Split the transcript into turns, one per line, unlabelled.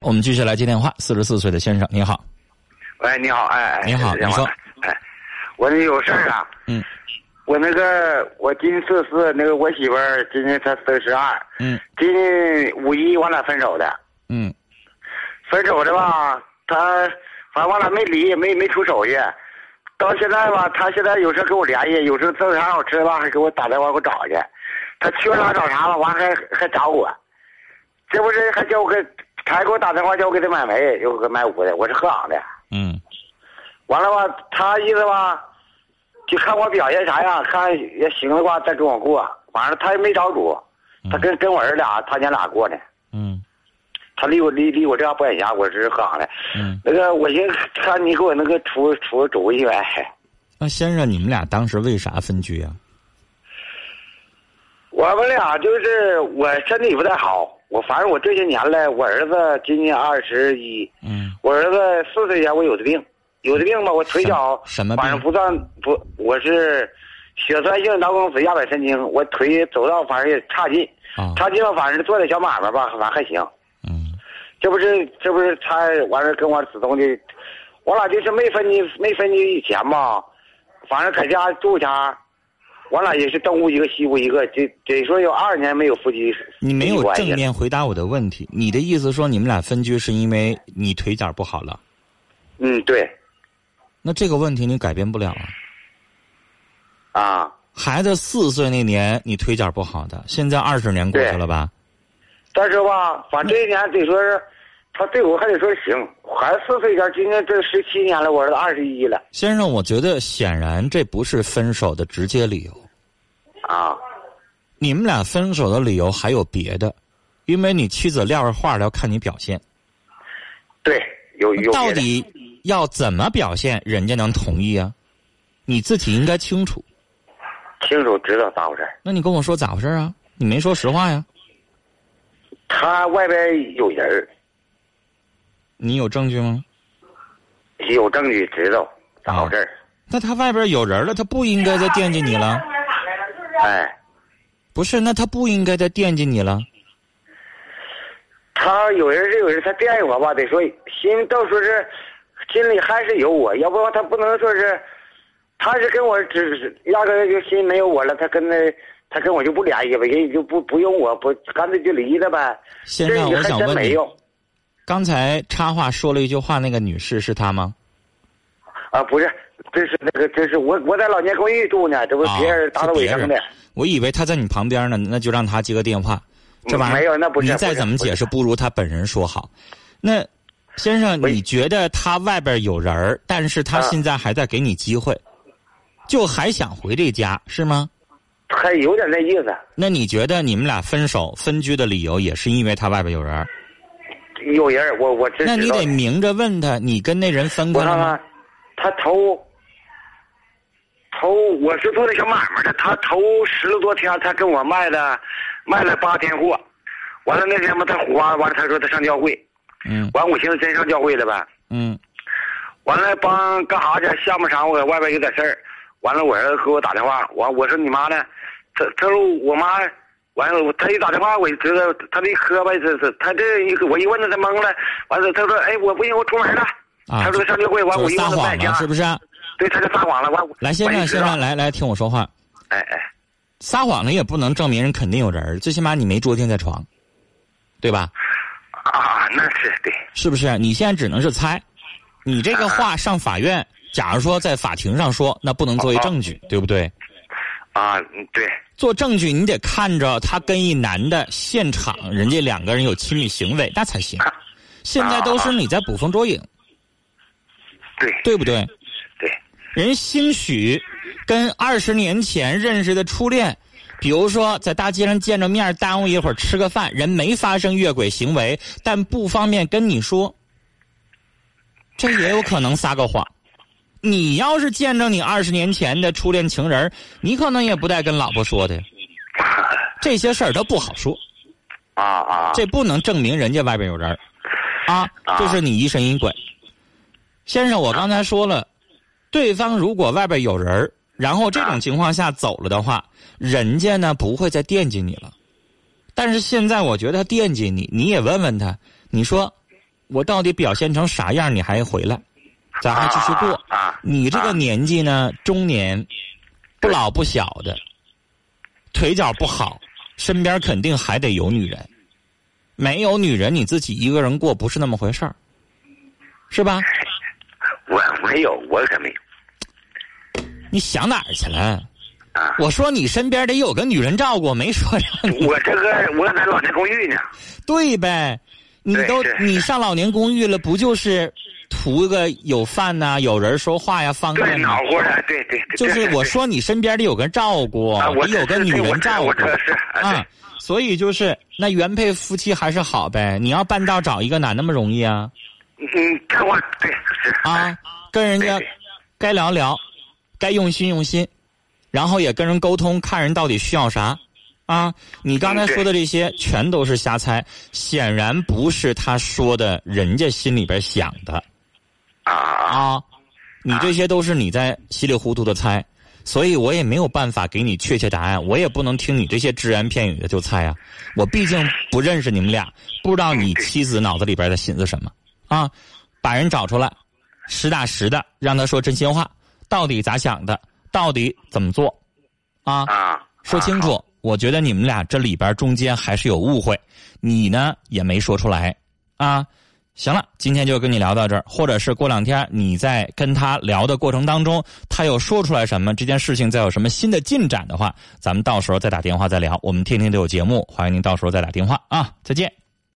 我们继续来接电话，四十四岁的先生，你好，
喂，你好，哎，哎
你好
这样
你说
吧哎，我那有事儿啊，
嗯
我那个我今年四十四，那个我媳妇儿今年她三十二，
嗯
今年五一我俩分手的，
嗯
分手的吧，她反正我俩没离，也没没出手续，到现在吧，她现在有时候跟我联系，有时候正常好吃吧，还给我打电话给我找去，她缺啥找啥吧，完还还找我，这不是还叫我给，还给我打电话叫我给她买煤，又给我买五的，我是河阳的。
嗯
完了吧，他意思吧，就看我表现啥样，看也行的话再跟我过。反正他也没找主，他跟跟我儿俩，他娘俩过呢。
嗯
他离我离离我这样不远家，我是河阳的。
嗯。
那个，我寻思看你给我那个出出主意呗。
那先生，你们俩当时为啥分居啊？
我们俩就是我身体不太好，我反正我这些年来，我儿子今年二十一，
嗯
我儿子四岁前我有的病，有的病吧，我腿脚
什么什么病
反正不算不，我是血栓性脑梗死压迫神经，我腿走道反正也差劲，
啊
差劲了反正做点小买卖吧，反正还行。
嗯
这不是这不是他完事跟我子东的，我俩就是没分居没分居以前吧，反正搁家住家，我俩也是东屋一个西屋一个，得得说有二十年没有夫妻
你没
夫妻
有
关系
正
了
面回答我的问题。你的意思说你们俩分居是因为你腿脚不好了？
嗯对
那这个问题你改变不了啊。
啊，
孩子四岁那年你腿脚不好的，现在二十年过去了吧？
但是吧，反
嗯
正这一年得说是，他对我还得说行。孩子四岁前，今年这十七年了，我儿子二十一了
先生，我觉得显然这不是分手的直接理由。
啊。
你们俩分手的理由还有别的，因为你妻子撂着话儿要看你表现，
对，有有
到
别的
底要怎么表现，人家能同意啊？你自己应该清楚。
清楚知道咋回事儿。
那你跟我说咋回事儿啊？你没说实话呀？
他外边有人儿
你有证据吗？
有证据知道咋回事儿。
那他外边有人了，他不应该再惦记你了。嗯
哎，
不是，那他不应该再惦记你了。
他有人是有人，他惦记我吧，得说心到说是心里还是有我，要不然他不能说是，他是跟我只是压根儿就心没有我了，他跟那他跟我就不联系呗，也就不不用我不干脆就离了呗。
先
这
生，
你
我
还
想
真
问
没
你，
有
刚才插话说了一句话，那个女士是她吗？
啊，不是，这是那个，这是我我在老年公寓住呢，这不
啊
别人打扫卫生的，
是我以为她在你旁边呢，那就让她接个电话。这玩意儿
嗯没有那不是
你再怎么解释，不如她本人说好。那先生，
喂
你觉得她外边有人儿，但是她
啊
现在还在给你机会，就还想回这家是吗？
还有点那意思，
那你觉得你们俩分手分居的理由也是因为她外边有人儿？
有人我我知
那你
知道
得
的
明着问他，你跟那人分
我
开了
看
吗？
看，他头头我是做那小买卖的，他头十多天他跟我卖了卖了八天货，完了那天嘛他花完了他说他上教会，
嗯
完我寻思真上教会了呗，
嗯
完了帮干啥去？下半场我在外边有点事儿，完了我儿子给我打电话，完我说你妈呢？他他说我妈，完了我他一打电话我就知道他这一磕巴，这这他这一我一问他他懵了，完了他说哎我不行我出门了，
啊
他说上教会完
就
我
是
一问
撒
他在
谎
家
了，，是不是啊？
对他就撒谎了完我
来，先
我
生，
一知
先
道
生，来来，听我说话。
哎哎
撒谎了也不能证明人肯定有人儿，最起码你没捉奸在床，对吧？
啊那是对
是不是？你现在只能是猜，你这个话上法院，假如说在法庭上说，那不能作为证据，对不对？
啊嗯对
做证据你得看着他跟一男的现场，人家两个人有亲密行为，那才行。现在都是你在捕风捉影，
对
对不对？
对
人兴许跟二十年前认识的初恋，比如说在大街上见着面，耽误一会儿吃个饭，人没发生越轨行为，但不方便跟你说，这也有可能撒个谎。你要是见着你二十年前的初恋情人，你可能也不带跟老婆说的呀，这些事儿都不好说，
啊啊
这不能证明人家外边有人儿啊，这是你疑神疑鬼。先生，我刚才说了，对方如果外边有人儿，然后这种情况下走了的话，人家呢不会再惦记你了。但是现在我觉得他惦记你，你也问问他，你说我到底表现成啥样，你还回来，咱还继续过。
啊啊
你这个年纪呢，中年，不老不小的，腿脚不好，身边肯定还得有女人，没有女人你自己一个人过不是那么回事儿，是吧？
我没有，我可没有
你想哪儿去了？
啊。
我说你身边得有个女人照顾，没说让你
我这个我在老年公寓呢，
对呗？你
对
都
是
你上老年公寓了，不就是图个有饭呐、有人说话呀，方
对，
便
暖
吗？
和了，对对。对
嗯就是我说你身边得有个照顾，
啊，我
得有个女人照
我
顾
这是
啊
啊，。
所以就是那原配夫妻还是好呗。你要办到找一个哪那么容易啊？
对嗯，这我对是
啊，跟人家
哎对对
该聊聊，该用心用心，然后也跟人沟通，看人到底需要啥。啊，你刚才
嗯对
说的这些全都是瞎猜，显然不是他说的，人家心里边想的
啊啊
啊。你这些都是你在稀里糊涂的猜，所以我也没有办法给你确切答案，我也不能听你这些只言片语的就猜啊。我毕竟不认识你们俩，不知道你妻子脑子里边在寻思什么啊。把人找出来，实打实的让他说真心话，到底咋想的，到底怎么做啊？
啊，
说清楚。我觉得你们俩这里边中间还是有误会，你呢也没说出来啊。行了，今天就跟你聊到这儿，或者是过两天你在跟他聊的过程当中，他有说出来什么，这件事情再有什么新的进展的话，咱们到时候再打电话再聊。我们天天都有节目，欢迎您到时候再打电话啊！再见。